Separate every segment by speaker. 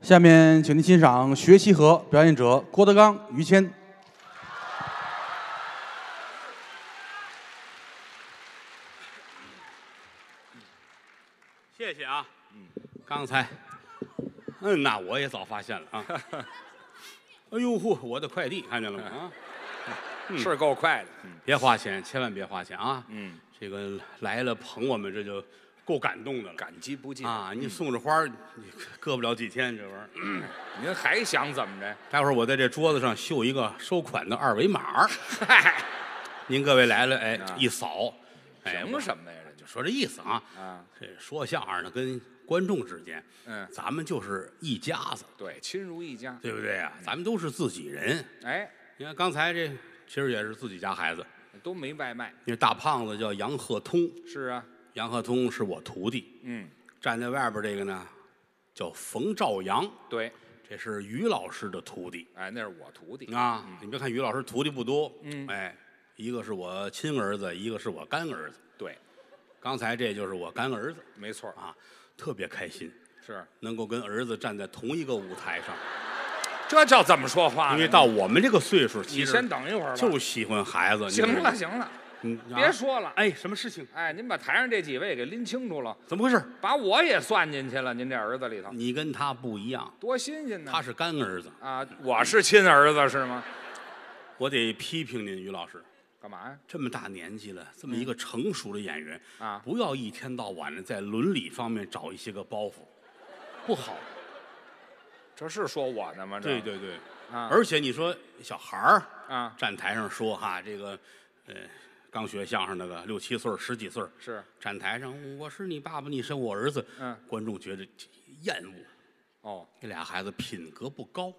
Speaker 1: 下面，请您欣赏《学习和》表演者郭德纲、于谦。
Speaker 2: 谢谢啊。刚才，嗯，那我也早发现了 啊。哎呦嚯，我的快递看见了吗？
Speaker 3: 嗯
Speaker 2: 啊，
Speaker 3: 是够快的。
Speaker 2: 别花钱，千万别花钱啊。
Speaker 3: 嗯，
Speaker 2: 这个来了捧我们，这就够感动的了。
Speaker 3: 感激嗯不尽。
Speaker 2: 啊，你送着花儿，你搁不了几天这玩意儿。
Speaker 3: 您还想怎么着？
Speaker 2: 待会儿我在这桌子上绣一个收款的二维码 儿，
Speaker 3: 嗨，
Speaker 2: 您各位来了，哎，一扫，哎，
Speaker 3: 凭啊什么呀？这就
Speaker 2: 我
Speaker 3: 是
Speaker 2: 说这意思啊。
Speaker 3: 啊，
Speaker 2: 这说相声的跟观众之间，
Speaker 3: 嗯
Speaker 2: 咱们就是一家子，
Speaker 3: 对，亲如一家。
Speaker 2: 对不对啊？咱们都是自己人。
Speaker 3: 哎，
Speaker 2: 你看刚才这其实也是自己家孩子，
Speaker 3: 都没外卖。
Speaker 2: 那大胖子叫杨鹤通，
Speaker 3: 是啊，
Speaker 2: 杨鹤通是我徒弟，
Speaker 3: 嗯，
Speaker 2: 站在外边这个呢叫冯兆阳，
Speaker 3: 对，
Speaker 2: 这是于老师的徒弟
Speaker 3: 哎，那是我徒弟。
Speaker 2: 啊。你别看于老师徒弟不多，
Speaker 3: 嗯
Speaker 2: 哎，一个是我亲儿子，一个是我干儿子。
Speaker 3: 对，
Speaker 2: 刚才这就是我干儿子
Speaker 3: 没错，
Speaker 2: 啊，特别开心，
Speaker 3: 是。
Speaker 2: 能够跟儿子站在同一个舞台上。
Speaker 3: 这叫怎么说话呢？
Speaker 2: 因为到我们这个岁数，其
Speaker 3: 啊你
Speaker 2: 实
Speaker 3: 先等一会儿吧。
Speaker 2: 就喜欢孩子。你
Speaker 3: 行
Speaker 2: 知道
Speaker 3: 了，
Speaker 2: 吗，
Speaker 3: 行了，
Speaker 2: 你
Speaker 3: 别
Speaker 2: 啊
Speaker 3: 说了。
Speaker 2: 哎，什么事情？
Speaker 3: 哎，您把台上这几位给拎清楚了，
Speaker 2: 怎么回事？
Speaker 3: 把我也算进去了。您这儿子里头
Speaker 2: 你跟他不一样，
Speaker 3: 多新鲜呢！
Speaker 2: 他是干儿子。
Speaker 3: 啊，我是亲儿子是吗？
Speaker 2: 我得批评您，于老师，
Speaker 3: 干嘛呀？
Speaker 2: 这么大年纪了，这么一个成熟的演员
Speaker 3: 啊
Speaker 2: 不要一天到晚的在伦理方面找一些个包袱，不好。
Speaker 3: 这是说我呢吗？
Speaker 2: 对
Speaker 3: 这
Speaker 2: 对对，
Speaker 3: 啊
Speaker 2: 而且你说小孩儿
Speaker 3: 啊
Speaker 2: 站台上说哈，这个呃，刚学相声那个六七岁儿、十几岁儿
Speaker 3: 是
Speaker 2: 站台上，我是你爸爸，你是我儿子，
Speaker 3: 嗯
Speaker 2: 观众觉得厌恶，
Speaker 3: 哦
Speaker 2: 这俩孩子品格不高，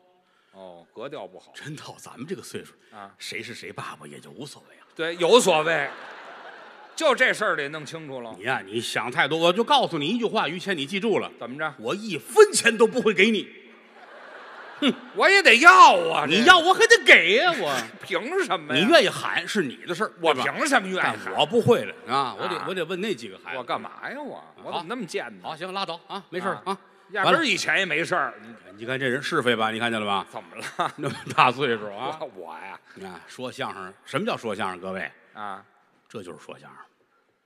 Speaker 3: 哦，格调不好。
Speaker 2: 真到咱们这个岁数
Speaker 3: 啊
Speaker 2: 谁是谁爸爸也就无所谓了。
Speaker 3: 对，有所谓，就这事儿得弄清楚了。
Speaker 2: 你呀、你想太多，我就告诉你一句话，于谦，你记住了，
Speaker 3: 怎么着？
Speaker 2: 我一分钱都不会给你，
Speaker 3: 我也得要啊！这
Speaker 2: 你要我还得给呀、我。
Speaker 3: 凭什么呀？
Speaker 2: 你愿意喊是你的事儿，
Speaker 3: 我
Speaker 2: 对吧
Speaker 3: 凭什么愿
Speaker 2: 但
Speaker 3: 意喊？
Speaker 2: 我不会了啊！我
Speaker 3: 啊
Speaker 2: 得我得问那几个孩子，
Speaker 3: 我干？嘛呀？我我
Speaker 2: 好
Speaker 3: 怎么那么贱呢？
Speaker 2: 好，行，拉倒啊，没事儿
Speaker 3: 啊
Speaker 2: 啊。
Speaker 3: 压
Speaker 2: 完
Speaker 3: 根
Speaker 2: 了
Speaker 3: 儿，以前也没事儿，你
Speaker 2: 你看这人是非吧？你看见了吧？
Speaker 3: 怎么了？
Speaker 2: 那么大岁数啊
Speaker 3: 我！我呀
Speaker 2: 你看说相声，什么叫说相声？各位，
Speaker 3: 啊
Speaker 2: 这就是说相声。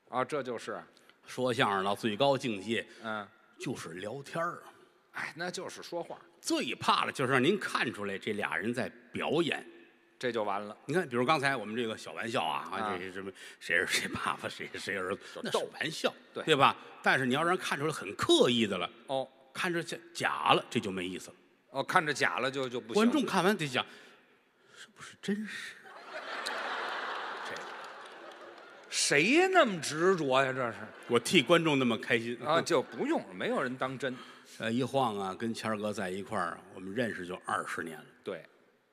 Speaker 3: 啊，这就是
Speaker 2: 说相声到最高境界
Speaker 3: 嗯，
Speaker 2: 就是聊天儿，啊
Speaker 3: 哎，那就是说话，
Speaker 2: 最怕的就是让您看出来这俩人在表演。
Speaker 3: 这就完了。
Speaker 2: 你看，比如刚才我们这个小玩笑啊，
Speaker 3: 啊
Speaker 2: 啊，这是什么谁是谁爸爸，谁是谁儿子，那是
Speaker 3: 逗
Speaker 2: 玩笑，
Speaker 3: 对
Speaker 2: 对吧？但是你要让人看出来很刻意的了，
Speaker 3: 哦
Speaker 2: 看着假假了，这就没意思了。
Speaker 3: 哦，看着假了就就不行。
Speaker 2: 观众看完得想，是不是真是？
Speaker 3: 谁那么执着呀？这是
Speaker 2: 我替观众那么开心
Speaker 3: 啊，！就不用了，没有人当真。
Speaker 2: 呃，一晃啊，跟谦儿哥在一块儿，啊我们认识就二十年了，
Speaker 3: 对，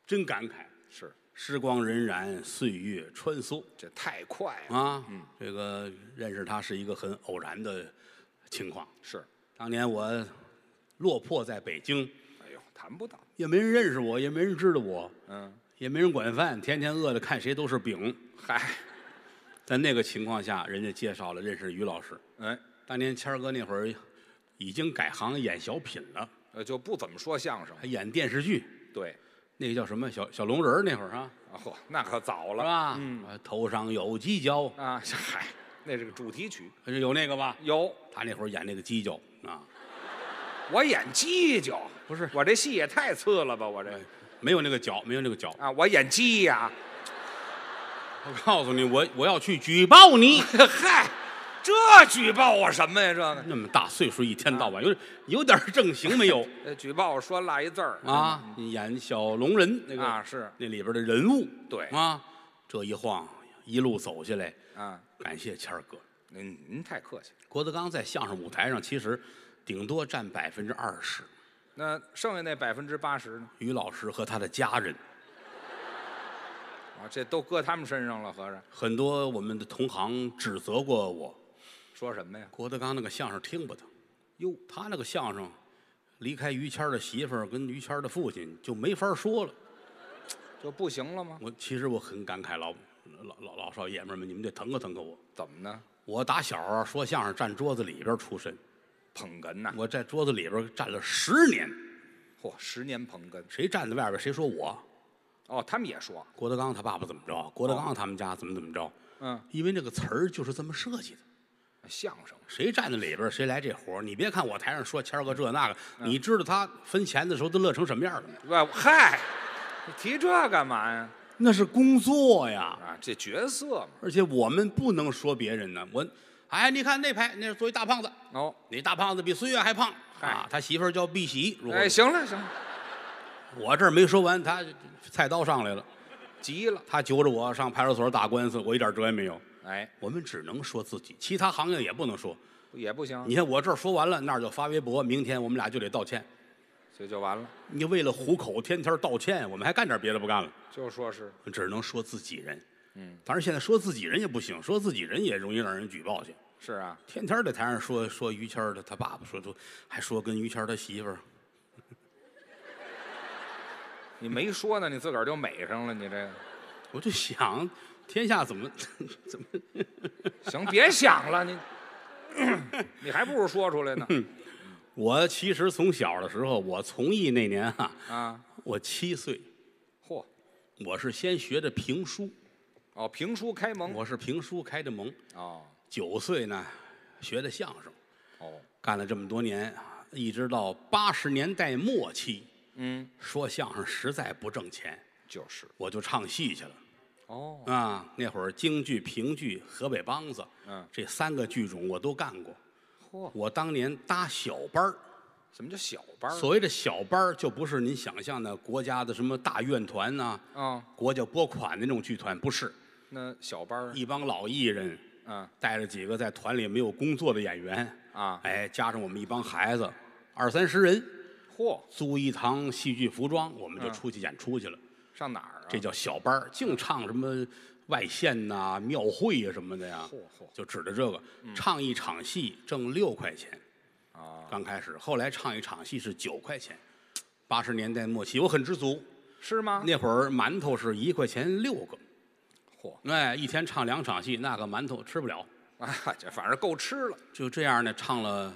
Speaker 2: 真感慨。
Speaker 3: 是
Speaker 2: 时光荏苒，岁月穿梭
Speaker 3: 这太快了。
Speaker 2: 啊！这个认识他是一个很偶然的情况。
Speaker 3: 是，
Speaker 2: 当年我落魄在北京，
Speaker 3: 哎呦，谈不到。
Speaker 2: 也没人认识我，也没人知道我，
Speaker 3: 嗯，
Speaker 2: 也没人管饭，天天饿的看谁都是饼。
Speaker 3: 嗨，
Speaker 2: 在那个情况下，人家介绍了认识于老师。
Speaker 3: 哎，
Speaker 2: 当年谦儿哥那会儿已经改行演小品了，
Speaker 3: 呃，就不怎么说相声。
Speaker 2: 还演电视剧，
Speaker 3: 哎对，
Speaker 2: 那个叫什么小小龙人儿那会儿啊，
Speaker 3: 哦，那可早
Speaker 2: 是
Speaker 3: 了
Speaker 2: 吧？嗯，头上有犄角，
Speaker 3: 啊！嗨，那是个主题曲。
Speaker 2: 是有那个吧？
Speaker 3: 有，
Speaker 2: 他那会儿演那个犄角啊，
Speaker 3: 我演犄角，
Speaker 2: 不是
Speaker 3: 我这戏也太次了吧！我这
Speaker 2: 哎没有那个角，没有那个角。
Speaker 3: 啊，我演鸡 呀、
Speaker 2: 我告诉你，我我要去举报你。
Speaker 3: 嗨，这举报我什么呀？这 个
Speaker 2: 那么大岁数，一天到晚有有点正形没有
Speaker 3: 呃举报我说落一字儿，
Speaker 2: 啊？你演小龙人那个
Speaker 3: 啊是
Speaker 2: 那里边的人物，
Speaker 3: 对
Speaker 2: 啊，这一晃一路走下来，
Speaker 3: 啊，
Speaker 2: 感谢谦儿哥。
Speaker 3: 您您太客气了。
Speaker 2: 郭德纲在相声舞台上其实顶多占百分之二十，
Speaker 3: 那剩下那百分之八十呢？
Speaker 2: 于老师和他的家人，
Speaker 3: 啊，这都搁他们身上了，合着
Speaker 2: 很多我们的同行指责过我，
Speaker 3: 说什么呀？
Speaker 2: 郭德纲那个相声听不得，
Speaker 3: 哟，
Speaker 2: 他那个相声离开于谦儿的媳妇儿跟于谦儿的父亲就没法说了。
Speaker 3: 就不行了吗？
Speaker 2: 我其实我很感慨老老老老少爷们儿们，你们得疼个疼个我。
Speaker 3: 怎么呢？
Speaker 2: 我打小啊说相声站桌子里边儿出身，
Speaker 3: 捧哏呐、
Speaker 2: 我在桌子里边儿站了十年，
Speaker 3: 嚯，十年捧哏
Speaker 2: 谁站在外边谁说我
Speaker 3: 哦，他们也说，
Speaker 2: 郭德纲他爸爸怎么着，郭德纲他们家怎么怎么着，
Speaker 3: 嗯，
Speaker 2: 因为这个词儿就是这么设计的。
Speaker 3: 相声
Speaker 2: 谁站在里边儿谁来这活儿你别看我台上说谦儿哥这那个，你知道他分钱的时候都乐成什么样了吗？
Speaker 3: 外嗨，你提这干嘛呀？
Speaker 2: 那是工作呀，
Speaker 3: 啊，这角色嘛，
Speaker 2: 而且我们不能说别人呢。我，哎，你看那排那是作为大胖子，
Speaker 3: 哦，
Speaker 2: 你大胖子比孙越还胖啊
Speaker 3: 嗨！
Speaker 2: 他媳妇儿叫碧玺。如果
Speaker 3: 哎，行了行了，
Speaker 2: 我这儿没说完，他菜刀上来了，
Speaker 3: 急了，
Speaker 2: 他揪着我上派出所打官司，我一点辙也没有。
Speaker 3: 哎，
Speaker 2: 我们只能说自己，其他行业也不能说。
Speaker 3: 也不行，
Speaker 2: 你看我这儿说完了，那儿就发微博，明天我们俩就得道歉。
Speaker 3: 这就完了，
Speaker 2: 你为了糊口，天天道歉，我们还干点别的不干了，
Speaker 3: 就说是
Speaker 2: 只能说自己人。嗯，当然现在说自己人也不行，说自己人也容易让人举报去。
Speaker 3: 是啊，
Speaker 2: 天天在台上说说于谦儿的他爸爸，说说还说跟于谦儿他媳妇儿，
Speaker 3: 你没说呢，你自个儿就美上了，你这个。
Speaker 2: 我就想天下怎么怎么
Speaker 3: 行，别想了，你 你还不如说出来呢。
Speaker 2: 嗯我其实从小的时候，我从艺那年啊，
Speaker 3: 啊，
Speaker 2: 我七岁，
Speaker 3: 嚯，
Speaker 2: 我是先学的评书，
Speaker 3: 哦，评书开蒙，
Speaker 2: 我是评书开的蒙。
Speaker 3: 哦
Speaker 2: 九岁呢，学的相声，
Speaker 3: 哦，
Speaker 2: 干了这么多年，一直到八十年代末期，
Speaker 3: 嗯，
Speaker 2: 说相声实在不挣钱，
Speaker 3: 就是，
Speaker 2: 我就唱戏去了。
Speaker 3: 哦，
Speaker 2: 啊，那会儿京剧、评剧、河北梆子，
Speaker 3: 嗯
Speaker 2: 这三个剧种我都干过。
Speaker 3: 嚯，
Speaker 2: 我当年搭小班儿，
Speaker 3: 什么叫小班儿？
Speaker 2: 所谓的小班儿，就不是您想象的国家的什么大院团呐、
Speaker 3: 啊，
Speaker 2: 国家拨款的那种剧团，不是
Speaker 3: 那小班儿，
Speaker 2: 一帮老艺人
Speaker 3: 嗯
Speaker 2: 带着几个在团里没有工作的演员，
Speaker 3: 啊，
Speaker 2: 哎，加上我们一帮孩子，二三十人
Speaker 3: 嚯，
Speaker 2: 租一堂戏剧服装，我们就
Speaker 3: 嗯
Speaker 2: 出去演出去了。
Speaker 3: 上哪儿啊？
Speaker 2: 这叫小班儿，净唱什么外县呐、庙会啊什么的呀，
Speaker 3: 嚯嚯
Speaker 2: 就指着这个唱一场戏挣六块钱，
Speaker 3: 啊，
Speaker 2: 刚开始，后来唱一场戏是九块钱。八十年代末期，我很知足，
Speaker 3: 是吗？
Speaker 2: 那会儿馒头是一块钱六个，
Speaker 3: 嚯
Speaker 2: 哎，一天唱两场戏，那个馒头吃不了。
Speaker 3: 啊，这反正够吃了。
Speaker 2: 就这样呢，唱了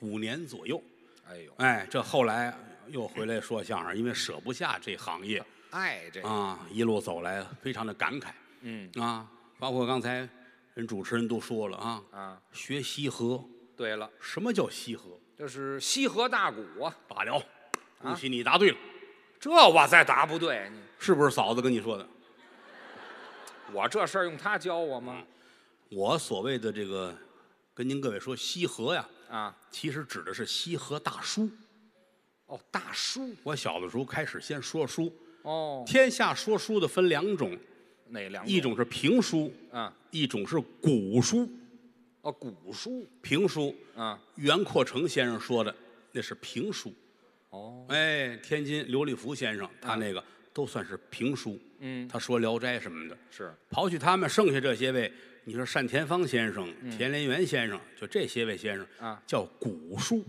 Speaker 2: 五年左右。
Speaker 3: 哎呦，
Speaker 2: 哎，这后来又回来说相声，因为舍不下这行业
Speaker 3: 爱这个，
Speaker 2: 啊，一路走来非常的感慨
Speaker 3: 嗯
Speaker 2: 啊。包括刚才人主持人都说了啊，
Speaker 3: 啊，
Speaker 2: 学西河，
Speaker 3: 对了，
Speaker 2: 什么叫西河？
Speaker 3: 这是西河大鼓啊，
Speaker 2: 罢了，恭喜你答对了，
Speaker 3: 这我再答不对，你
Speaker 2: 是不是嫂子跟你说的？
Speaker 3: 我这事儿用他教我吗？
Speaker 2: 我所谓的这个，跟您各位说西河呀，
Speaker 3: 啊，
Speaker 2: 其实指的是西河大书。
Speaker 3: 哦，大叔，
Speaker 2: 我小的时候开始先说书，
Speaker 3: 哦，
Speaker 2: 天下说书的分两种，
Speaker 3: 哪两
Speaker 2: 一种是评书，
Speaker 3: 啊，
Speaker 2: 一种是古书。
Speaker 3: 哦，古书
Speaker 2: 评书，
Speaker 3: 啊，
Speaker 2: 袁阔成先生说的那是评书。
Speaker 3: 哦，
Speaker 2: 哎，天津刘立福先生他那个都算是评书。
Speaker 3: 嗯
Speaker 2: 他说《聊斋》什么的，
Speaker 3: 是
Speaker 2: 刨去他们，剩下这些位，你说单田芳先生、田连元先生，就这些位先生
Speaker 3: 啊
Speaker 2: 叫古书，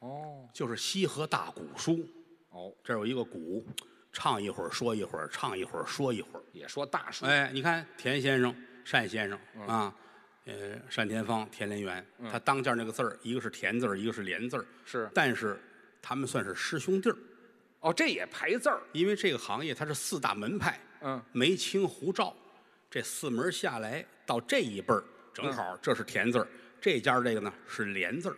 Speaker 3: 哦
Speaker 2: 就是西河大鼓书。
Speaker 3: 哦，
Speaker 2: 这儿有一个鼓，唱一会儿说一会儿，唱一会儿说一会儿。
Speaker 3: 也说大叔，
Speaker 2: 哎，你看田先生、单先生、
Speaker 3: 嗯
Speaker 2: 啊，呃，单田芳、田连元，他当间那个字儿，一个是田字儿，一个是连字儿，
Speaker 3: 是
Speaker 2: 但是他们算是师兄弟儿，
Speaker 3: 哦，这也排字儿，
Speaker 2: 因为这个行业它是四大门派，
Speaker 3: 嗯，
Speaker 2: 梅清胡赵这四门下来到这一辈儿，
Speaker 3: 嗯
Speaker 2: 正好这是田字儿，这家这个呢是连字儿，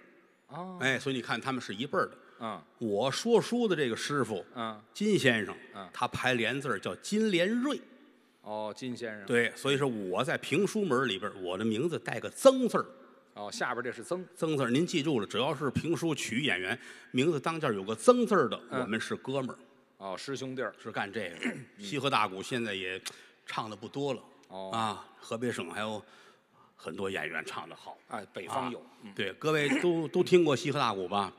Speaker 3: 哦，
Speaker 2: 哎，所以你看他们是一辈儿的。
Speaker 3: 嗯
Speaker 2: 我说书的这个师傅，
Speaker 3: 嗯，
Speaker 2: 金先生，
Speaker 3: 嗯
Speaker 2: 他排连字儿叫金连瑞，
Speaker 3: 哦，金先生，，
Speaker 2: 对，所以说我在评书门里边儿，我的名字带个曾字儿，
Speaker 3: 哦，下边这是曾，
Speaker 2: 曾字儿您记住了，只要是评书曲艺演员名字当间儿有个曾字儿的，
Speaker 3: 嗯
Speaker 2: 我们是哥们儿，
Speaker 3: 哦，师兄弟儿，
Speaker 2: 是干这 个。西河大鼓现在也唱的不多了，
Speaker 3: 哦
Speaker 2: 啊，河北省还有很多演员唱的好，
Speaker 3: 哎，北方有
Speaker 2: 啊，对，各位都都听过西河大鼓吧？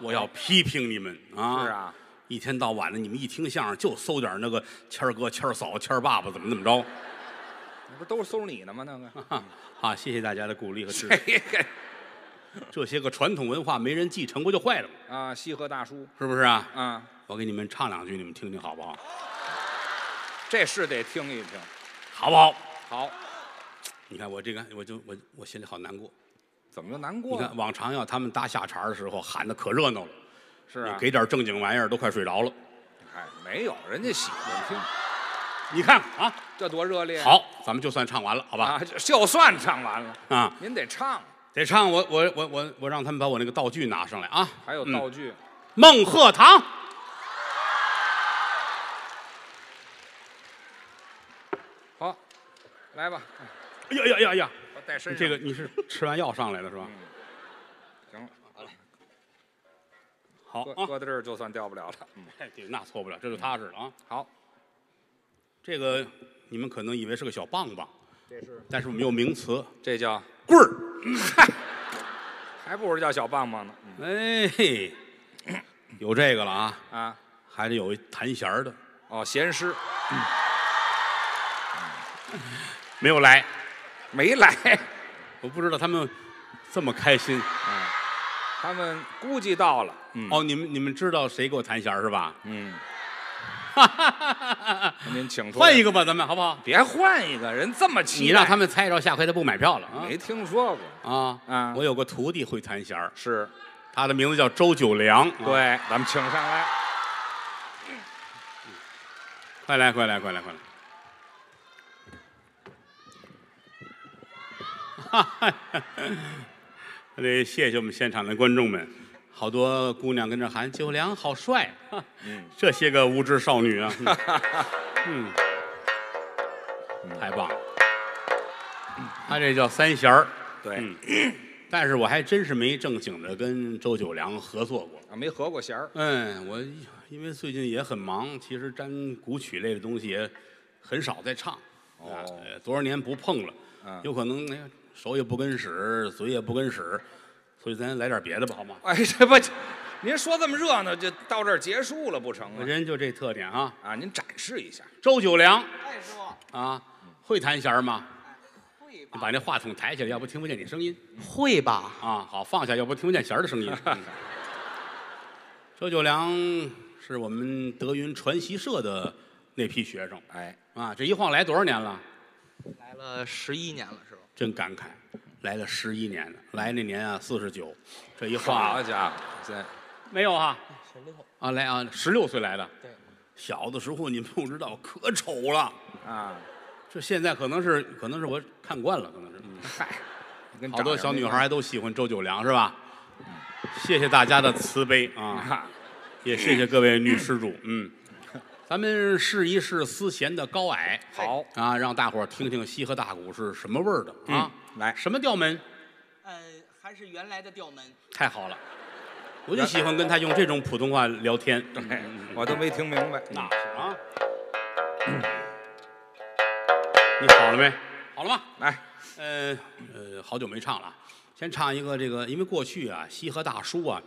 Speaker 2: 我要批评你们啊！
Speaker 3: 是啊，
Speaker 2: 一天到晚的，你们一听相声就搜点那个谦儿哥、谦儿嫂、谦儿爸爸怎么怎么着
Speaker 3: 那不都是搜你呢吗？那个，
Speaker 2: 哈啊！谢谢大家的鼓励和支
Speaker 3: 嘿
Speaker 2: 持。
Speaker 3: 嘿嘿
Speaker 2: 这些个传统文化没人继承，不就坏了吗？
Speaker 3: 啊，西河大叔
Speaker 2: 是不是啊？
Speaker 3: 啊，
Speaker 2: 我给你们唱两句，你们听听好不好？
Speaker 3: 这是得听一听，
Speaker 2: 好不好？
Speaker 3: 好，
Speaker 2: 你看我这个，我就我我心里好难过。
Speaker 3: 怎么就难
Speaker 2: 你
Speaker 3: 过
Speaker 2: 看
Speaker 3: 了？
Speaker 2: 往常要他们搭下茬儿的时候喊的可热闹了，
Speaker 3: 是啊
Speaker 2: 你给点正经玩意儿都快睡着了。
Speaker 3: 哎，没有，人家喜欢听，
Speaker 2: 你看看啊，
Speaker 3: 这多热烈啊！
Speaker 2: 好，咱们就算唱完了，好吧？
Speaker 3: 啊，这就算唱完了，
Speaker 2: 啊，
Speaker 3: 您得唱，
Speaker 2: 得唱我我我我我让他们把我那个道具拿上来啊！
Speaker 3: 还有
Speaker 2: 嗯
Speaker 3: 道具，
Speaker 2: 孟鹤堂，
Speaker 3: 好，来吧，
Speaker 2: 哎呀呀呀呀！
Speaker 3: 我带身上。
Speaker 2: 这个你是嗯吃完药上来的是吧？
Speaker 3: 行了，
Speaker 2: 好
Speaker 3: 搁
Speaker 2: 啊，
Speaker 3: 搁在这儿就算掉不了了。嗯，
Speaker 2: 哎对那错不了，这就踏实了啊。
Speaker 3: 好，
Speaker 2: 这个你们可能以为是个小棒棒，
Speaker 3: 这是
Speaker 2: 但是我们有名词，
Speaker 3: 这叫
Speaker 2: 棍儿。
Speaker 3: 还不如叫小棒棒呢。嗯
Speaker 2: 哎，嘿，哎有这个了啊，
Speaker 3: 啊，
Speaker 2: 还得有一弹弦儿的，
Speaker 3: 哦，闲诗
Speaker 2: 没有来，
Speaker 3: 没来，
Speaker 2: 我不知道他们这么开心。
Speaker 3: 他们估计到了。嗯
Speaker 2: 哦，你们你们知道谁给我弹弦儿是吧？
Speaker 3: 嗯，您请出来
Speaker 2: 换一，个吧，咱们好不好？
Speaker 3: 别换一个人这么期待，
Speaker 2: 你让他们猜着，下回他不买票了啊
Speaker 3: 没听说过。
Speaker 2: 啊！
Speaker 3: 啊
Speaker 2: 我有个徒弟会弹弦儿，
Speaker 3: 是
Speaker 2: 他的名字叫周九良。啊，
Speaker 3: 对，咱们请上来。
Speaker 2: 快来快来快来快来！ 哈哈，得谢谢我们现场的观众们，好多姑娘跟这喊九良好帅，哈嗯这些个无知少 女啊，嗯，嗯太棒了，他这叫三弦儿。
Speaker 3: 对，
Speaker 2: 嗯但是我还真是没正经的跟周九良合作过。
Speaker 3: 啊没合过弦儿，
Speaker 2: 嗯，我因为最近也很忙，其实沾古曲类的东西也很少在唱。啊
Speaker 3: 哦
Speaker 2: 呃多少年不碰了，
Speaker 3: 嗯
Speaker 2: 有可能哎呀手也不跟使，嘴也不跟使，所以咱来点别的吧，好吗？
Speaker 3: 哎，这不，您说这么热闹，就到这儿结束了不成
Speaker 2: 我
Speaker 3: 吗？
Speaker 2: 人就这特点啊。
Speaker 3: 啊，您展示一下，
Speaker 2: 周九良
Speaker 4: 哎，师傅，哎
Speaker 2: 啊，会弹弦吗？
Speaker 4: 会
Speaker 2: 你
Speaker 4: 吧？
Speaker 2: 把那话筒抬起来，要不听不见你声音
Speaker 4: 会吧？
Speaker 2: 啊。好，放下，要不听不见弦儿的 声音。嗯周九良是我们德云传习社的那批学生
Speaker 3: 哎，
Speaker 2: 啊，这一晃来多少年了？
Speaker 4: 来了十一年了，师傅。
Speaker 2: 真感慨，来了十一年了，来那年啊四十九，这一晃
Speaker 3: 好啊家伙，这
Speaker 2: 没有啊
Speaker 4: 十六，
Speaker 2: 啊来啊十六岁来的，
Speaker 4: 对，
Speaker 2: 小的时候你们不知道可丑了，
Speaker 3: 啊，
Speaker 2: 这现在可能是可能是我看惯了，可能是、嗯
Speaker 3: 嗨，跟
Speaker 2: 好多
Speaker 3: 长
Speaker 2: 小
Speaker 3: 得
Speaker 2: 女
Speaker 3: 没
Speaker 2: 孩都喜欢周九良是吧？谢谢大家的慈悲
Speaker 3: 关
Speaker 2: 啊，
Speaker 3: 系
Speaker 2: 也谢谢各位女施主，嗯，咱们试一试丝弦的高矮
Speaker 3: 好，
Speaker 2: 啊，让大伙儿听听西河大鼓是什么味儿的啊，
Speaker 3: 来
Speaker 2: 什么调门？
Speaker 4: 呃，还是原来的调门。
Speaker 2: 太好 了，我就喜欢跟他用这种普通话聊天。
Speaker 3: 哎，我都没听明白。
Speaker 2: 那是啊。嗯啊你好了没？好了吗？
Speaker 3: 来，
Speaker 2: 呃呃，好久没唱了啊，先唱一个这个，因为过去啊，西河大叔啊，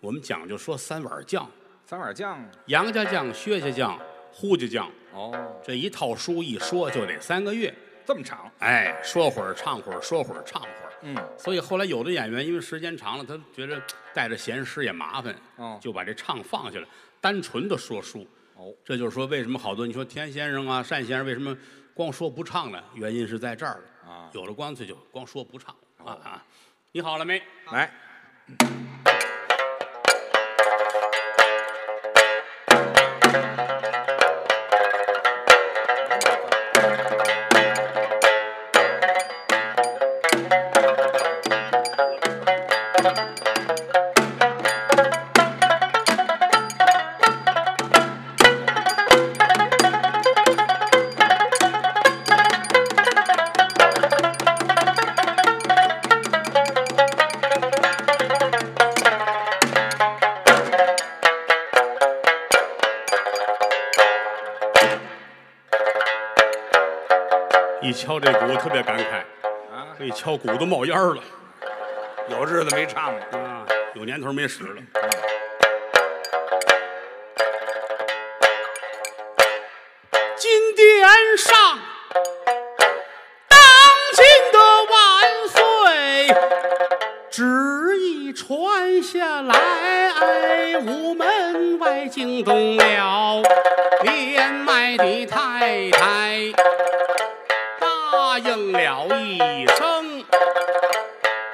Speaker 2: 我们讲究说三碗酱，
Speaker 3: 三碗酱，啊
Speaker 2: 杨家酱、薛家酱、胡家酱，
Speaker 3: 哦，
Speaker 2: 这一套书一说就得三个月。
Speaker 3: 这么长，
Speaker 2: 哎，说会儿唱会儿，说会儿唱会儿。
Speaker 3: 嗯，
Speaker 2: 所以后来有的演员因为时间长了，他觉得带着闲诗也麻烦，
Speaker 3: 哦
Speaker 2: 就把这唱放下了，单纯的说书。
Speaker 3: 哦，
Speaker 2: 这就是说为什么好多你说田先生啊、单先生为什么光说不唱呢？原因是在这儿了
Speaker 3: 啊
Speaker 2: 有的干脆就光说不唱
Speaker 3: 哦
Speaker 2: 啊啊！你好了没？
Speaker 3: 来，
Speaker 2: 一敲这鼓特别感慨，
Speaker 3: 啊，
Speaker 2: 这一敲鼓都冒烟儿了
Speaker 3: 有日子没唱了，
Speaker 2: 啊，有年头没使了。金殿上，当今的万岁旨意传下来，午门外惊动了年迈的太太，答应了一声，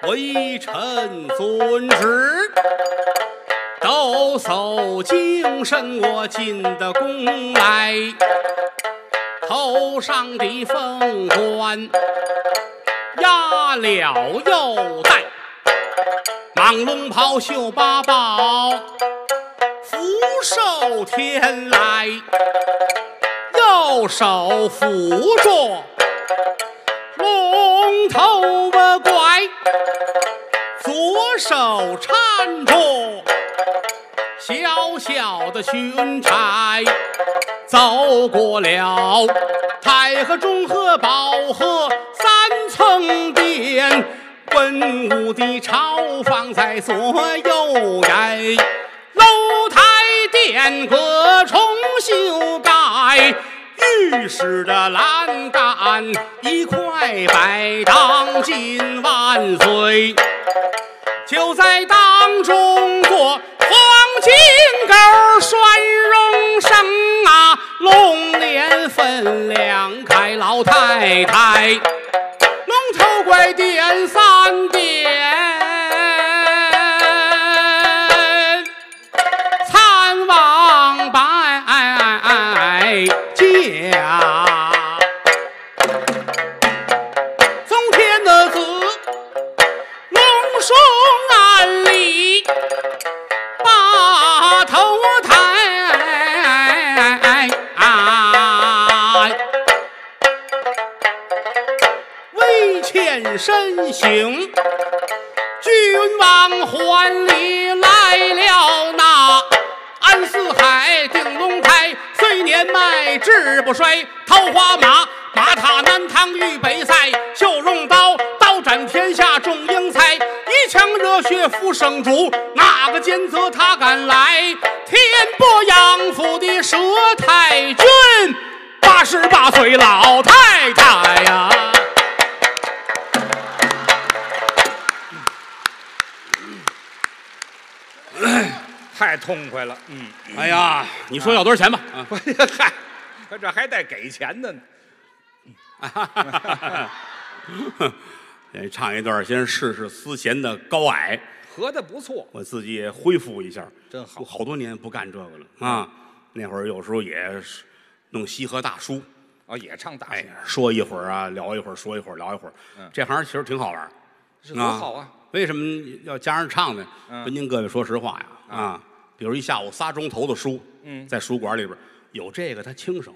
Speaker 2: 微臣遵旨。斗抖擞精神，我进的宫来，头上的凤冠压了又戴，蟒龙袍绣八宝，福寿天来，右手扶着龙头啊拐。左手搀着小小的裙钗，走过了太和、中和、保和三层殿，文武的朝房在左右挨，楼台殿阁重修改。御史的栏杆一块白，当今万岁。就在当中国，黄金钩拴绒绳啊，龙帘分两开，老太太，龙头拐点三点，参王白驾，宗天的子。龙双暗里把头抬，微欠身形，君王还礼来了那安四海定龙台，虽年迈志不衰，桃花马。马踏南唐御北塞，绣龙刀，刀斩天下众英才。一腔热血赴圣主，哪个奸贼他敢来？天波杨府的佘太君，八十八岁老太太呀、
Speaker 3: 太痛快了。嗯，
Speaker 2: 哎呀，你说要多少钱吧？啊，
Speaker 3: 嗨，他这还带给钱的呢。
Speaker 2: 先哎唱一段，先试试丝弦的高矮，
Speaker 3: 合的不错，
Speaker 2: 我自己也恢复一下。
Speaker 3: 真好嗯
Speaker 2: 我好多年不干这个了啊！那会儿有时候也是弄西河大叔，
Speaker 3: 哦，也唱大
Speaker 2: 哎
Speaker 3: 戏，，
Speaker 2: 说一会儿啊，聊一会儿，说一会儿，聊一会儿。这行其实挺好玩儿，
Speaker 3: 是嗯多好啊！
Speaker 2: 为什么要加上唱呢？
Speaker 3: 嗯
Speaker 2: 跟您各位说实话呀，啊，比如一下午仨钟头的书，
Speaker 3: 嗯
Speaker 2: 在书馆里边有这个，它轻省。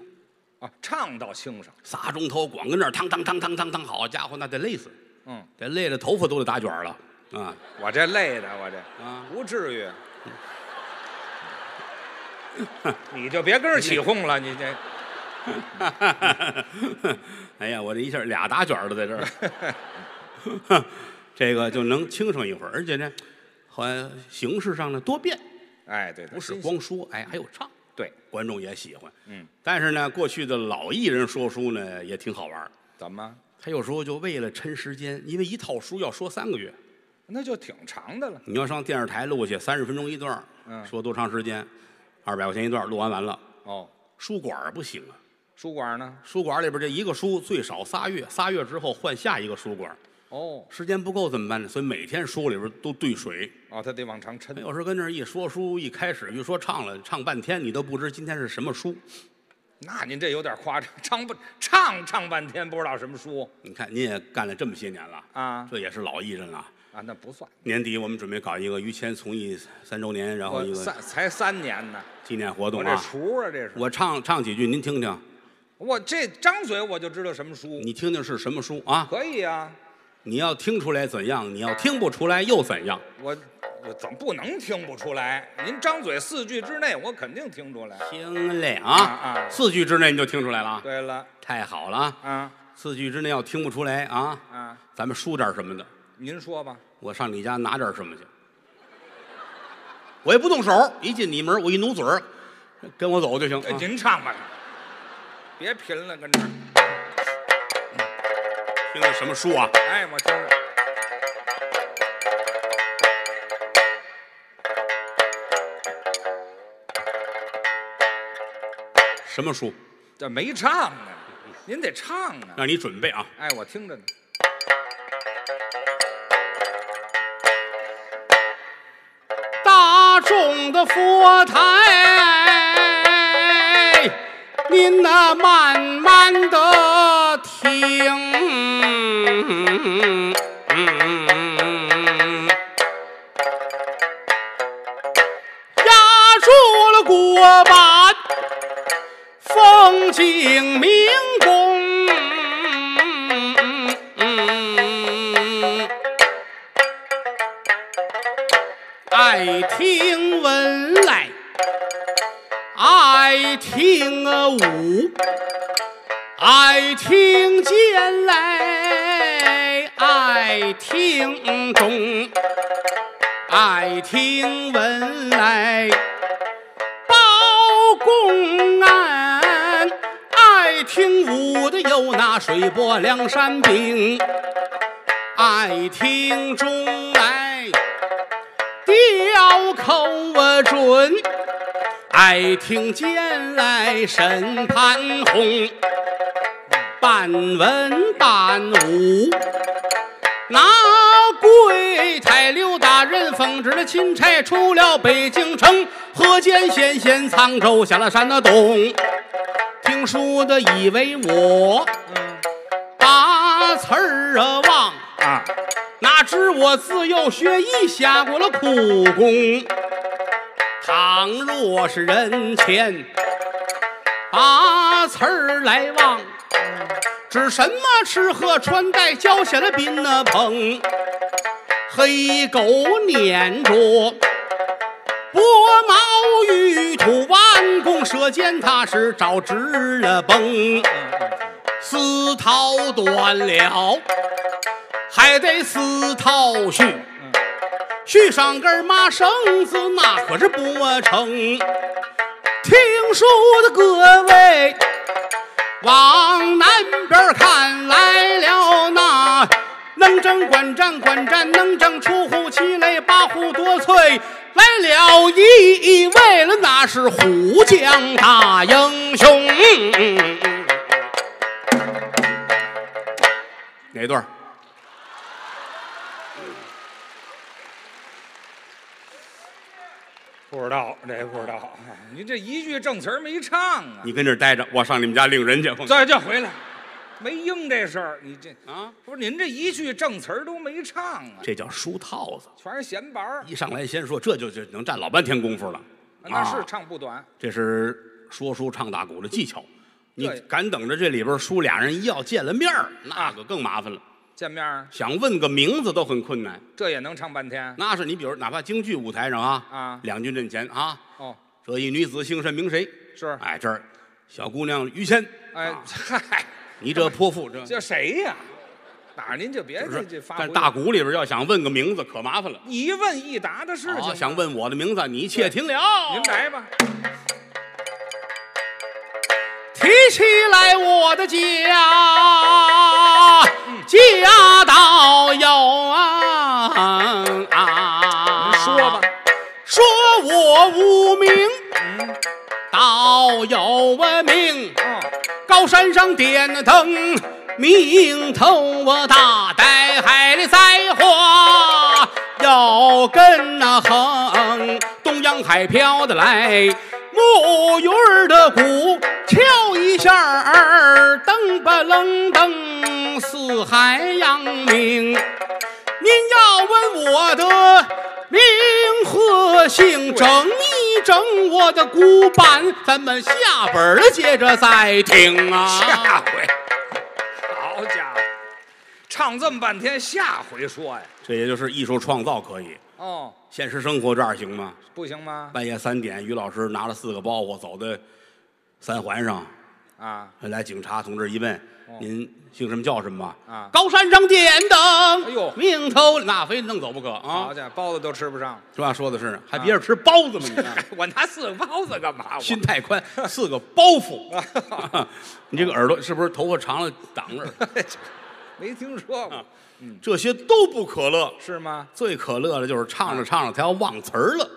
Speaker 3: 啊，唱到清上，
Speaker 2: 仨钟头光跟那儿嘡嘡嘡嘡嘡嘡，好家伙，那得累死，
Speaker 3: 嗯，
Speaker 2: 得累得头发都得打卷儿了啊！
Speaker 3: 我这累的，我这
Speaker 2: 啊
Speaker 3: 不至于。你就别跟着起哄了，你这
Speaker 2: 哎呀，我这一下俩打卷儿都在这儿， 这个就能轻省一会儿，而且呢，好像形式上呢多变，
Speaker 3: 哎，对，
Speaker 2: 不是
Speaker 3: 新鲜
Speaker 2: 光说，哎，还有唱，
Speaker 3: 对，
Speaker 2: 观众也喜欢。
Speaker 3: 嗯，
Speaker 2: 但是呢，过去的老艺人说书呢也挺好玩儿
Speaker 3: 怎么
Speaker 2: 他有时候就为了抻时间，因为一套书要说三个月，
Speaker 3: 那就挺长的了？
Speaker 2: 你要上电视台录去，三十分钟一段儿，
Speaker 3: 嗯
Speaker 2: 说多长时间？二百块钱一段儿，录完完了。
Speaker 3: 哦，
Speaker 2: 书馆儿不行啊，
Speaker 3: 书馆呢？
Speaker 2: 书馆儿里边这一个书最少仨月，仨月之后换下一个书馆儿，
Speaker 3: 哦
Speaker 2: 时间不够怎么办呢？所以每天书里边都兑水。
Speaker 3: 哦，他得往长抻。
Speaker 2: 有时候跟那儿一说书，一开始一说唱了，唱半天你都不知今天是什么书。
Speaker 3: 那您这有点夸张，唱不唱唱半天不知道什么书
Speaker 2: 你看您也干了这么些年了，
Speaker 3: 啊
Speaker 2: 这也是老艺人了。
Speaker 3: 啊，那不算。
Speaker 2: 年底我们准备搞一个于谦从艺三周年，然后一个
Speaker 3: 我三才三年呢，
Speaker 2: 纪念活动
Speaker 3: 我这
Speaker 2: 啊。
Speaker 3: 厨啊，这是
Speaker 2: 我唱唱几句，您听听，
Speaker 3: 我这张嘴我就知道什么书，
Speaker 2: 你听听是什么书啊？
Speaker 3: 可以啊。
Speaker 2: 你要听出来怎样？你要听不出来又怎样？
Speaker 3: 我我怎么不能听不出来？您张嘴四句之内，我肯定听出来。
Speaker 2: 听嘞
Speaker 3: 啊
Speaker 2: 啊！四句之内你就听出来了啊！
Speaker 3: 对了，
Speaker 2: 太好了啊！
Speaker 3: 啊
Speaker 2: 四句之内要听不出来啊，
Speaker 3: 啊，
Speaker 2: 咱们输点什么的，
Speaker 3: 您说吧，
Speaker 2: 我上你家拿点什么去。我也不动手，一进你门我一努嘴儿，跟我走就行。
Speaker 3: 哎
Speaker 2: 啊
Speaker 3: 您唱吧，别贫了，跟这儿。
Speaker 2: 听听什么书啊？
Speaker 3: 哎，我听着。
Speaker 2: 什么书？
Speaker 3: 这没唱呢，您得唱啊！
Speaker 2: 让你准备啊！
Speaker 3: 哎，我听着呢。
Speaker 2: 大周众的佛台，您那慢慢的听。压出了锅巴，风景明宫。爱听文来，爱听啊武，爱听剑来，爱听东。爱听闻来包公案，爱听武的有那水泊梁山兵，爱听中来刁口啊准，爱听剑来审潘红，半文半武。拿柜台刘大人奉旨的钦差出了北京城，河间县县沧州下了山的东。听说的以为我把词儿啊忘，
Speaker 3: 啊，
Speaker 2: 哪知我自幼学艺下过了苦功。倘若是人前把词儿来忘，指什么吃喝穿戴交下了宾呢朋，黑狗撵着，拨毛玉土弯弓射箭，他是找直了崩，丝绦断了，还得丝绦续，续上根麻绳子，那可是不成。听书的各位。往南边看来了那能征惯战，惯战能征出虎七雷八虎夺萃，来了一位了，那是虎将大英雄。哪段儿？
Speaker 3: 不知道这不知道，哎你这一句正词儿没唱啊！
Speaker 2: 你跟这儿待着，我上你们家领人去。
Speaker 3: 再叫回来，没应这事儿，你这
Speaker 2: 啊，
Speaker 3: 不是您这一句正词儿都没唱啊，
Speaker 2: 这叫书套子。
Speaker 3: 全是闲白儿，
Speaker 2: 一上来先说，这就就能占老半天功夫了。
Speaker 3: 那是
Speaker 2: 啊
Speaker 3: 唱不短。
Speaker 2: 这是说书唱大鼓的技巧。你
Speaker 3: 对啊
Speaker 2: 敢等着这里边书俩人一要见了面儿，那可更麻烦了。
Speaker 3: 见面儿
Speaker 2: 想问个名字都很困难。
Speaker 3: 这也能唱半天
Speaker 2: 那是你比如哪怕京剧舞台上啊，
Speaker 3: 啊
Speaker 2: 两军阵前啊，
Speaker 3: 哦，
Speaker 2: 这一女子姓甚名谁？
Speaker 3: 是
Speaker 2: 哎，这儿小姑娘于谦，
Speaker 3: 哎
Speaker 2: 啊
Speaker 3: 嗨，
Speaker 2: 你这泼妇这
Speaker 3: 这谁呀？哪儿您就别
Speaker 2: 不是
Speaker 3: 这这发挥
Speaker 2: 但
Speaker 3: 了
Speaker 2: 大鼓里边要想问个名字可麻烦了。
Speaker 3: 一问一答的事情
Speaker 5: 哦
Speaker 2: 好，
Speaker 3: 嘛。
Speaker 2: 想问我的名字，你且听了。
Speaker 3: 您来吧，
Speaker 2: 提起来我的家，家道有啊。
Speaker 3: 您
Speaker 5: 啊
Speaker 3: 说吧。
Speaker 2: 说我无名，
Speaker 3: 嗯，
Speaker 2: 道有啊名，
Speaker 3: 哦，
Speaker 2: 高山上点了灯，明头啊大，带海里栽花，要跟那、横，东洋海飘的来，木鱼儿的鼓敲一下儿，噔吧楞噔，四海扬名。您要问我的名和姓，整一整我的古板，咱们下本儿接着再听啊。
Speaker 3: 下回，好家伙，唱这么半天，下回说呀。
Speaker 2: 这也就是艺术创造可以，
Speaker 3: 哦，
Speaker 2: 现实生活这样行吗？
Speaker 3: 不行吗？
Speaker 2: 半夜三点，于老师拿了四个包袱走到三环上，
Speaker 3: 啊，
Speaker 2: 来警察同志一问，您姓什么叫什么吧？
Speaker 3: 哦啊
Speaker 2: 高山上点灯，
Speaker 3: 哎呦
Speaker 2: 命头那非弄走不可啊
Speaker 3: 好！啊家伙，包子都吃不上，
Speaker 2: 是吧？说的是，还别着吃包子吗？你 看
Speaker 3: 我拿四个包子干嘛？我
Speaker 2: 心太宽，四个包 袱。你这个耳朵是不是头发长了挡着？
Speaker 3: 没听说过，
Speaker 2: 这些都不可乐，
Speaker 3: 是吗？
Speaker 2: 最可乐的就是唱着唱着他要忘词儿了，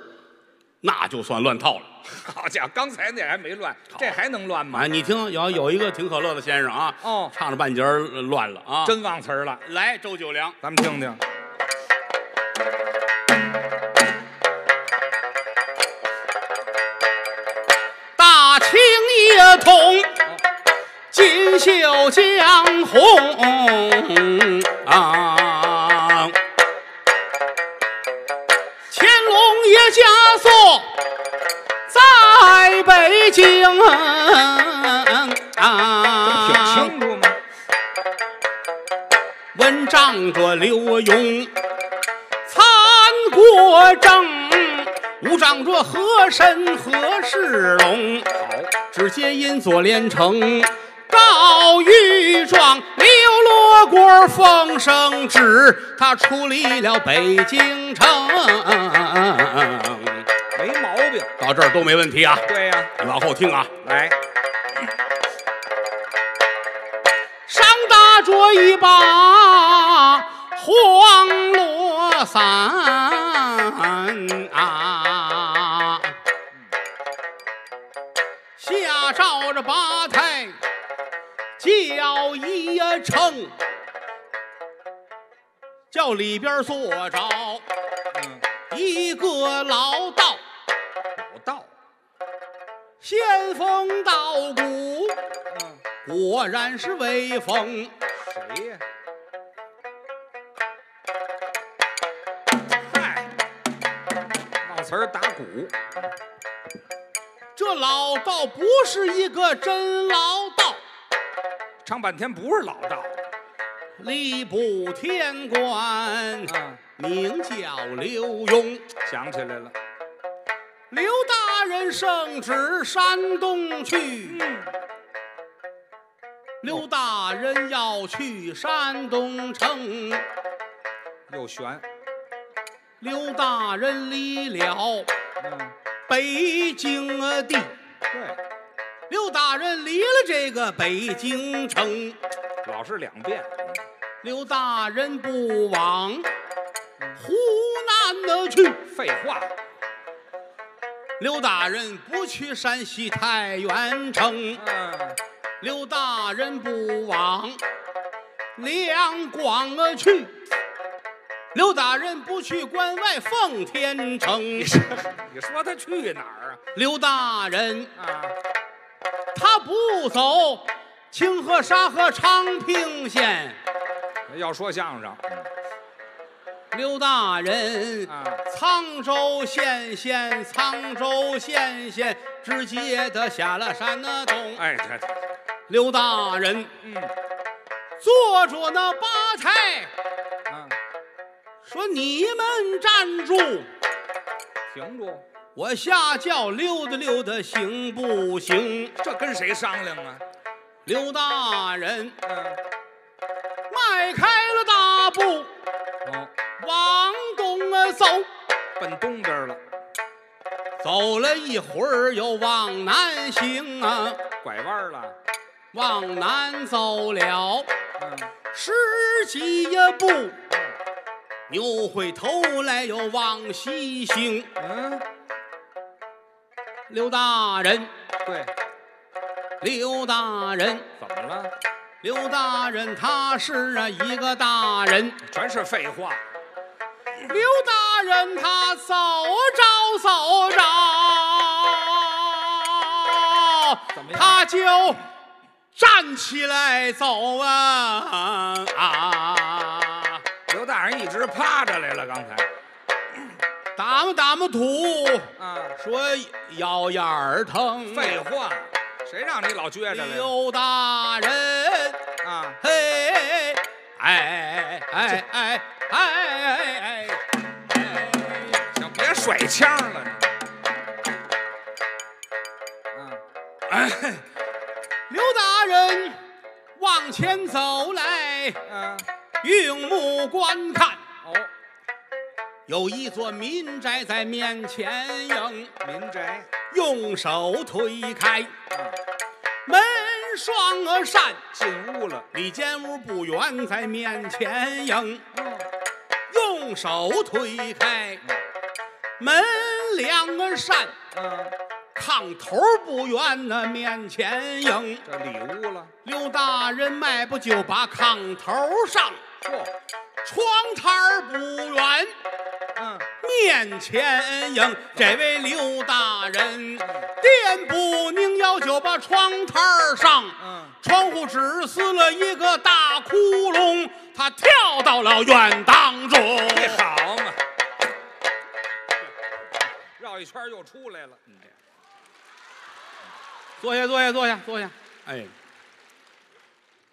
Speaker 2: 那就算乱套了。
Speaker 3: 好家伙，刚才那还没乱，
Speaker 2: 好
Speaker 3: 这还能乱吗
Speaker 2: 哎，？你听，有有一个挺可乐的先生啊，
Speaker 3: 哦
Speaker 2: 唱着半截儿呃乱了啊，
Speaker 3: 真忘词儿了，
Speaker 2: 来周九良，
Speaker 3: 咱们听听。
Speaker 5: 青叶筒，锦绣江红啊。乾隆爷家宿在北京啊，
Speaker 3: 听清楚吗？
Speaker 5: 文章者刘墉，参国正；武长者和珅、和世龙。好，只接因左连城，赵玉壮，刘罗锅，风声止，他出离了北京城。
Speaker 3: 没毛病。
Speaker 5: 到这儿都没问题啊，
Speaker 3: 对呀、
Speaker 5: 你往后听啊。
Speaker 3: 来，
Speaker 5: 上打着一把黄罗伞啊，下照着八抬叫一称，叫里边坐着
Speaker 3: 嗯，
Speaker 5: 一个老道。
Speaker 3: 老道，
Speaker 5: 仙风道骨，
Speaker 3: 嗯，
Speaker 5: 果然是威风。
Speaker 3: 谁呀、嗨，闹词儿打鼓，
Speaker 5: 这老道不是一个真老道，
Speaker 3: 唱半天不是老道
Speaker 5: 吏部天官，
Speaker 3: 啊。
Speaker 5: 名叫刘墉。
Speaker 3: 想起来了，
Speaker 5: 刘大人圣旨山东去，刘大人要去山东城，
Speaker 3: 又悬，
Speaker 5: 刘大人离了
Speaker 3: 嗯，
Speaker 5: 北京地，
Speaker 3: 对，
Speaker 5: 刘大人离了这个北京城。
Speaker 3: 老是两遍，
Speaker 5: 刘大人不往湖南的去，
Speaker 3: 废话，
Speaker 5: 刘大人不去山西太原城，
Speaker 3: 嗯，
Speaker 5: 刘大人不往两广啊去，刘大人不去关外奉天 城，
Speaker 3: 你说他去哪儿
Speaker 5: 刘大人
Speaker 3: 啊？啊，
Speaker 5: 他不走清河沙河昌平县，
Speaker 3: 要说相声，
Speaker 5: 刘大人
Speaker 3: 啊，
Speaker 5: 沧州县县，沧州县县，直接的下了山那东。
Speaker 3: 哎，这这，
Speaker 5: 刘大人
Speaker 3: 嗯，
Speaker 5: 坐着那八抬，
Speaker 3: 啊，
Speaker 5: 说你们站住，
Speaker 3: 停住，
Speaker 5: 我下轿溜达溜达行不行？
Speaker 3: 这跟谁商量啊？
Speaker 5: 刘大人
Speaker 3: 嗯，
Speaker 5: 迈开了大步
Speaker 3: 哦，
Speaker 5: 往东啊走，
Speaker 3: 奔东边了，
Speaker 5: 走了一会儿又往南行啊，
Speaker 3: 拐弯了，
Speaker 5: 往南走了。
Speaker 3: 嗯，
Speaker 5: 十几步，扭回头来又往西行。
Speaker 3: 嗯，
Speaker 5: 刘大人，
Speaker 3: 对，
Speaker 5: 刘大人，
Speaker 3: 怎么了？
Speaker 5: 刘大人，他是啊一个大人。
Speaker 3: 全是废话，
Speaker 5: 刘大人他走着走
Speaker 3: 怎么
Speaker 5: 着，
Speaker 3: 样
Speaker 5: 他就站起来走啊啊！
Speaker 3: 刘大人一直趴着来了，刚才，
Speaker 5: 打么打么土，
Speaker 3: 啊，
Speaker 5: 说腰眼儿疼。
Speaker 3: 废话，谁让你老撅着来了？
Speaker 5: 刘大人，
Speaker 3: 啊，
Speaker 5: 嘿，哎哎哎哎哎哎！
Speaker 3: 行，别甩腔了你。嗯，
Speaker 5: 刘大人往前走来，
Speaker 3: 嗯，
Speaker 5: 用目观看，
Speaker 3: 哦，
Speaker 5: 有一座民宅在面前迎，
Speaker 3: 民宅，
Speaker 5: 用手推开
Speaker 3: 啊，
Speaker 5: 门双啊扇，
Speaker 3: 进屋了。
Speaker 5: 里间屋不远在面前迎，
Speaker 3: 嗯，
Speaker 5: 用手推开门两个扇。
Speaker 3: 嗯，
Speaker 5: 炕头不远呢，面前迎。
Speaker 3: 这里屋了。
Speaker 5: 刘大人迈步就把炕头上，
Speaker 3: 嚯，
Speaker 5: 窗台儿不远，
Speaker 3: 嗯，
Speaker 5: 面前迎。这位刘大人，垫步拧腰就把窗台儿上，
Speaker 4: 嗯
Speaker 5: 窗户纸撕了一个大窟窿，他跳到了院当中。
Speaker 3: 你
Speaker 5: 哎
Speaker 3: 好嘛，绕一圈儿又出来了。你这
Speaker 5: 坐下，坐下，坐下，坐下。哎，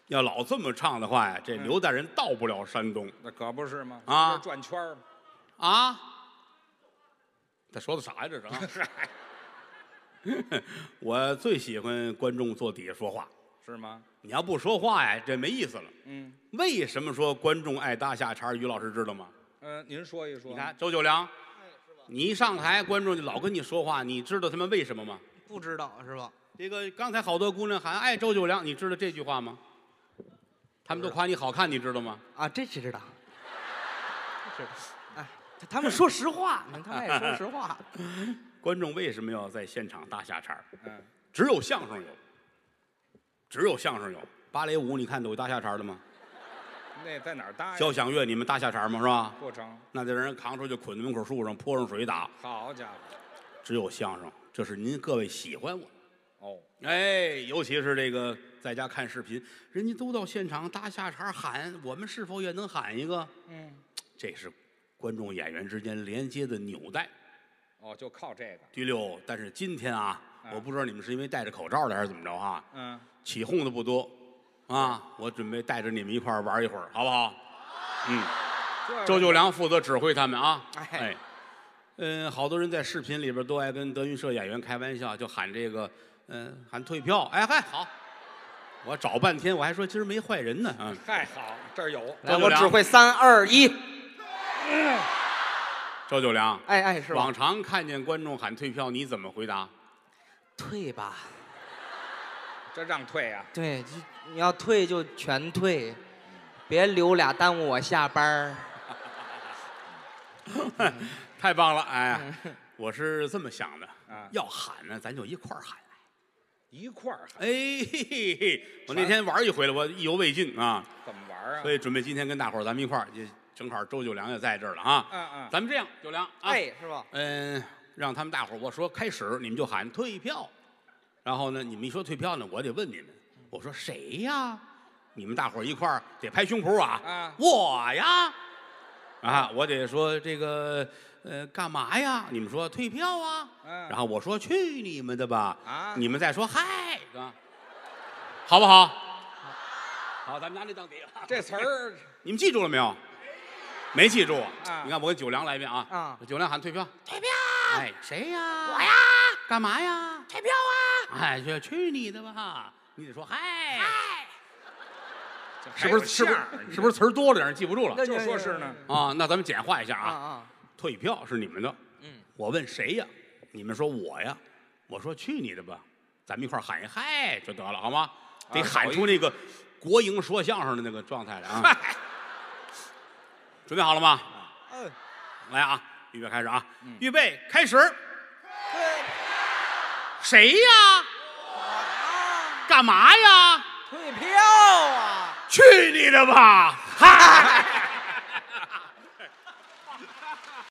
Speaker 5: 要老这么唱的话呀，这刘大人到不了山东
Speaker 3: 那可不是吗？
Speaker 5: 啊
Speaker 3: 这转圈儿嘛
Speaker 5: 啊。他说的啥呀？这是啊！ 我最喜欢观众坐底下说话，
Speaker 3: 是吗？
Speaker 5: 你要不说话呀，这没意思了。
Speaker 3: 嗯，
Speaker 5: 为什么说观众爱搭下茬儿？于老师知道吗？
Speaker 3: 呃，您说一说。
Speaker 5: 你看，周九良，你一上台，观众就老跟你说话，你知道他们为什么吗？
Speaker 4: 不知道是吧？
Speaker 5: 这个刚才好多姑娘喊“哎，周九良”，你知道这句话吗？他们都夸你好看，你知道吗？
Speaker 4: 啊，这知道，知道。哎，他他们说实话，你看他们也说实话。
Speaker 5: 观众为什么要在现场搭下茬儿？
Speaker 3: 嗯，
Speaker 5: 只有相声有，只有相声有。芭蕾舞你看有搭下茬儿的吗？
Speaker 3: 那在哪儿搭呀？
Speaker 5: 交响乐你们搭下茬儿吗？是吧？
Speaker 3: 不成，
Speaker 5: 那得让人扛出去，捆在门口树上，泼上水打。
Speaker 3: 好家伙！
Speaker 5: 只有相声，这是您各位喜欢我。
Speaker 3: 哦，
Speaker 5: 哎，尤其是这个在家看视频，人家都到现场搭下茬儿喊，我们是否也能喊一个？
Speaker 3: 嗯，
Speaker 5: 这是观众演员之间连接的纽带。
Speaker 3: 哦，就靠这个。
Speaker 5: 第六，但是今天啊，
Speaker 3: 啊
Speaker 5: 我不知道你们是因为戴着口罩的还是怎么着啊，
Speaker 3: 嗯，
Speaker 5: 起哄的不多啊，我准备带着你们一块儿玩一会儿，好不好？嗯，
Speaker 3: 这
Speaker 5: 周九良负责指挥他们啊。
Speaker 4: 哎
Speaker 5: 哎，嗯，好多人在视频里边都爱跟德云社演员开玩笑，就喊这个，嗯，喊退票。哎嗨，好，我找半天，我还说今儿没坏人呢。嗯，
Speaker 3: 太好，这儿有。
Speaker 4: 来，
Speaker 5: 周
Speaker 4: 我
Speaker 5: 九良
Speaker 4: 指挥三二一，
Speaker 5: 周九良，
Speaker 4: 哎哎，是吧
Speaker 5: 往？常看见观众喊退票，你怎么回答？
Speaker 4: 退吧，
Speaker 3: 这让退啊！
Speaker 4: 对，就你要退就全退，别留俩耽误我下班儿。
Speaker 5: 太棒了！哎，
Speaker 4: 嗯
Speaker 5: 我是这么想的
Speaker 3: 啊，
Speaker 5: 要喊呢，咱就一块儿喊。
Speaker 3: 一块儿喊，
Speaker 5: 哎，嘿嘿嘿我那天玩一回了，我意犹未尽啊，
Speaker 3: 怎么玩啊？
Speaker 5: 所以准备今天跟大伙儿咱们一块儿，也正好周九良也在这儿了啊。
Speaker 3: 嗯嗯
Speaker 5: 咱们这样，九良啊，
Speaker 4: 哎，是吧？
Speaker 5: 嗯，让他们大伙儿我说开始，你们就喊退票，然后呢，你们一说退票呢，我得问你们，我说谁呀？你们大伙儿一块儿得拍胸脯啊，
Speaker 3: 啊
Speaker 5: 我呀，啊，我得说这个呃干嘛呀？你们说退票啊，
Speaker 3: 嗯
Speaker 5: 然后我说去你们的吧，
Speaker 3: 啊
Speaker 5: 你们再说嗨啊，好不好？好，咱们拿这当底啊了。
Speaker 3: 这词儿
Speaker 5: 你们记住了没有？没记住
Speaker 3: 啊
Speaker 5: 你看我跟九良来一遍啊。
Speaker 4: 啊
Speaker 5: 九良喊退票，退票。哎，谁呀？我呀。干嘛呀？退票啊！哎，去去你的吧！你得说嗨， 是不是？是不 是？是不
Speaker 3: 是？
Speaker 5: 是词儿多了点儿记不住了
Speaker 3: 就说是呢，
Speaker 5: 啊？那咱们简化一下
Speaker 4: 啊
Speaker 5: 啊，
Speaker 4: 啊，
Speaker 5: 退票是你们的。
Speaker 4: 嗯，
Speaker 5: 我问谁呀？你们说我呀？我说去你的吧！咱们一块儿喊一嗨就得了，好吗？得
Speaker 3: 啊
Speaker 5: 喊
Speaker 3: 好一
Speaker 5: 出那个国营说相声的那个状态来啊！准备好了吗？
Speaker 4: 嗯，
Speaker 5: 来啊，预备开始啊，预备开始。
Speaker 4: 退
Speaker 5: 谁呀？
Speaker 4: 啊，
Speaker 5: 干嘛呀？
Speaker 4: 退票啊！
Speaker 5: 去你的吧！嗨。